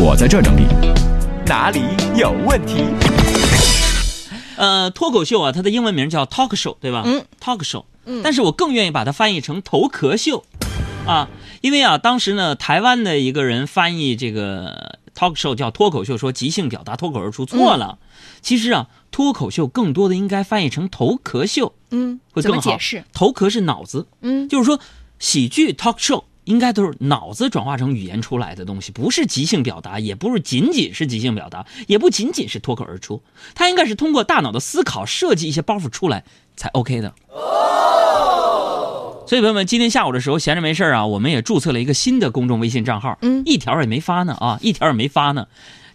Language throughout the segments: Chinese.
我在这整理，哪里有问题？呃，脱口秀啊，它的英文名叫 talk show，对吧？嗯，talk show。嗯但是我更愿意把它翻译成头壳秀，啊，因为啊，当时呢，台湾的一个人翻译这个 talk show 叫脱口秀，说即兴表达脱口而出错了。嗯其实啊，脱口秀更多的应该翻译成头壳秀，嗯，会怎更么好。解释？头壳是脑子，嗯就是说喜剧 talk show 应该都是脑子转化成语言出来的东西，不是即兴表达，也不是仅仅是即兴表达，也不仅仅是脱口而出，它应该是通过大脑的思考设计一些包袱出来才 OK 的。所以，朋友们，今天下午的时候闲着没事儿啊，我们也注册了一个新的公众微信账号，嗯一条也没发呢啊，一条也没发呢，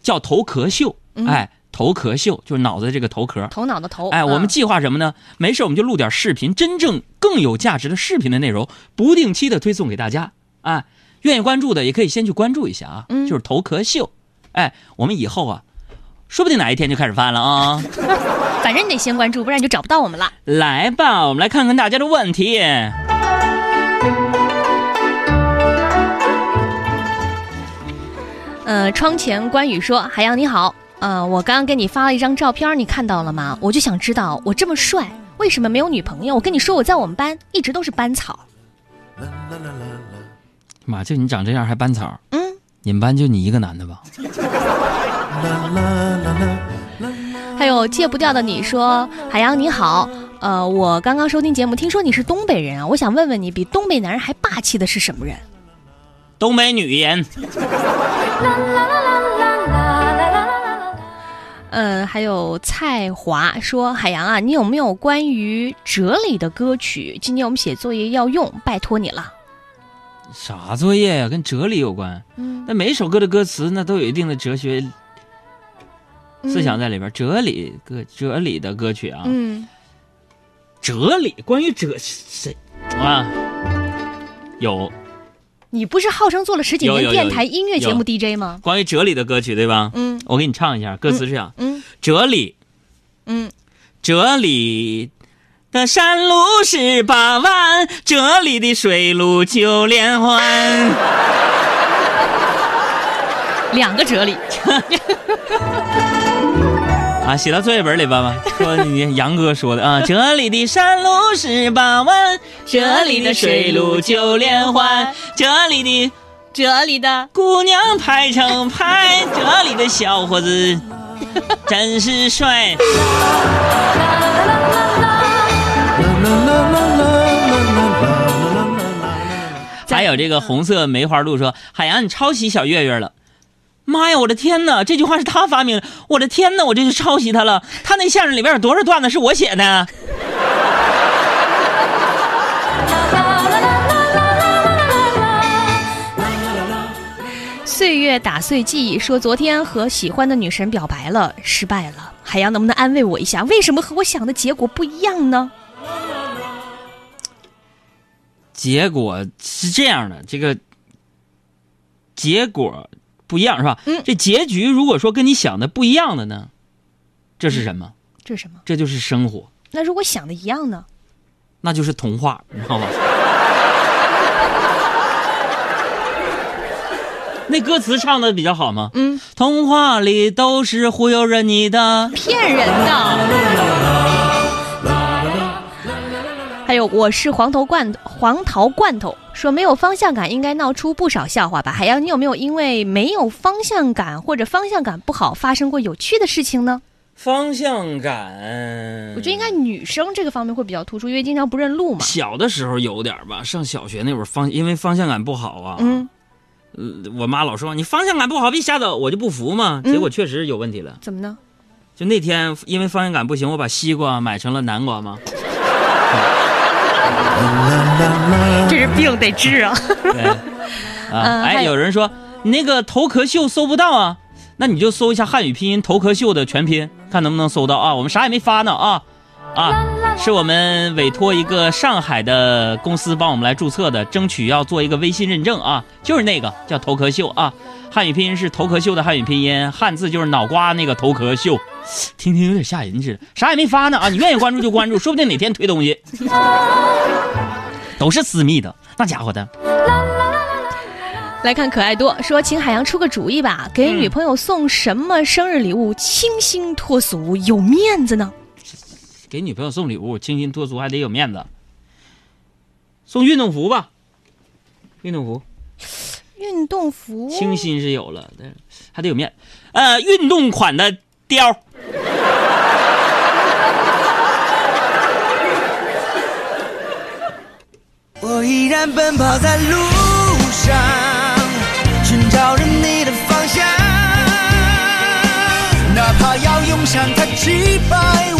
叫头壳秀，嗯哎，头壳秀就是脑子这个头壳，头脑的头。哎，我们嗯计划什么呢？没事，我们就录点视频，真正更有价值的视频的内容，不定期的推送给大家。哎，愿意关注的也可以先去关注一下啊，嗯就是头壳秀。哎，我们以后啊，说不定哪一天就开始翻了 啊。反正你得先关注，不然你就找不到我们了。来吧，我们来看看大家的问题。呃，窗前关羽说：“海洋你好，呃，我刚刚给你发了一张照片，你看到了吗？我就想知道，我这么帅，为什么没有女朋友？我跟你说，我在我们班一直都是班草。妈，就你长这样还班草？嗯，你们班就你一个男的吧？还有戒不掉的你说，海洋你好，呃，我刚刚收听节目，听说你是东北人啊，我想问问你，比东北男人还霸气的是什么人？东北女人，呃，还有蔡华说，海洋啊，你有没有关于哲理的歌曲？今天我们写作业要用，拜托你了。啥作业呀、跟哲理有关？嗯，那每一首歌的歌词，那都有一定的哲学 思想在里边儿，哲理歌哲理的歌曲啊，嗯，哲理关于哲谁啊？有你不是号称做了十几有年有电有台音乐节有目 DJ 吗？关于哲理的歌曲对吧？嗯我给你唱一下，歌词是这样：嗯哲理，嗯，哲理的山路十八弯，哲理的水路九连环。两个哲理。啊，写到作业本里边 吧。说你杨哥说的啊，这里的山路十八弯，这里的水路九连环，这里的哲理的，姑娘排成排，这里的小伙子真是帅。还有这个红色梅花鹿说：“海洋，你抄袭小岳岳了。”妈呀！我的天哪，这句话是他发明的！我的天哪，我这就抄袭他了。他那相声里边有多少段子是我写的？岁月打碎记忆，说昨天和喜欢的女神表白了，失败了。海洋能不能安慰我一下？为什么和我想的结果不一样呢？结果是这样的，这个结果不一样是吧？嗯这结局如果说跟你想的不一样的呢，这是什么？这是什么？这就是生活，那如果想的一样呢？那就是童话，你知道吗？ 那歌词唱的比较好吗？嗯，童话里都是忽悠着你的。骗人的。还有，我是黄头罐黄桃罐头，说没有方向感应该闹出不少笑话吧？海洋，你有没有因为没有方向感或者方向感不好发生过有趣的事情呢？方向感，我觉得应该女生这个方面会比较突出，因为经常不认路嘛。小的时候有点儿吧，上小学那会儿方，因为方向感不好啊，嗯，我妈老说你方向感不好，别瞎走，我就不服嘛。嗯结果确实有问题了。怎么呢？就那天因为方向感不行，我把西瓜买成了南瓜嘛。这是病得 治啊！对，啊，嗯还哎，有有人说你那个头壳秀搜不到啊，那你就搜一下汉语拼音头壳秀的全拼，看能不能搜到啊。我们啥也没发呢啊啊，是我们委托一个上海的公司帮我们来注册的，争取要做一个微信认证啊，就是那个叫头壳秀啊。汉语拼音是头壳秀的汉语拼音，汉字就是脑瓜那个头壳秀，听听有点吓人似的。啥也没发呢啊，你愿意关注就关注，说不定哪天推东西， 都是私密的，那家伙的。来看可爱多说，请海洋出个主意吧，给嗯女朋友送什么生日礼物清新脱俗有面子呢？给女朋友送礼物，清新脱俗还得有面子。送运动服吧，运动服运动服，清新是有了，但是还得有面。呃，运动款的貂儿，我依然奔跑在路上，寻找着你的方向，哪怕要用上它几百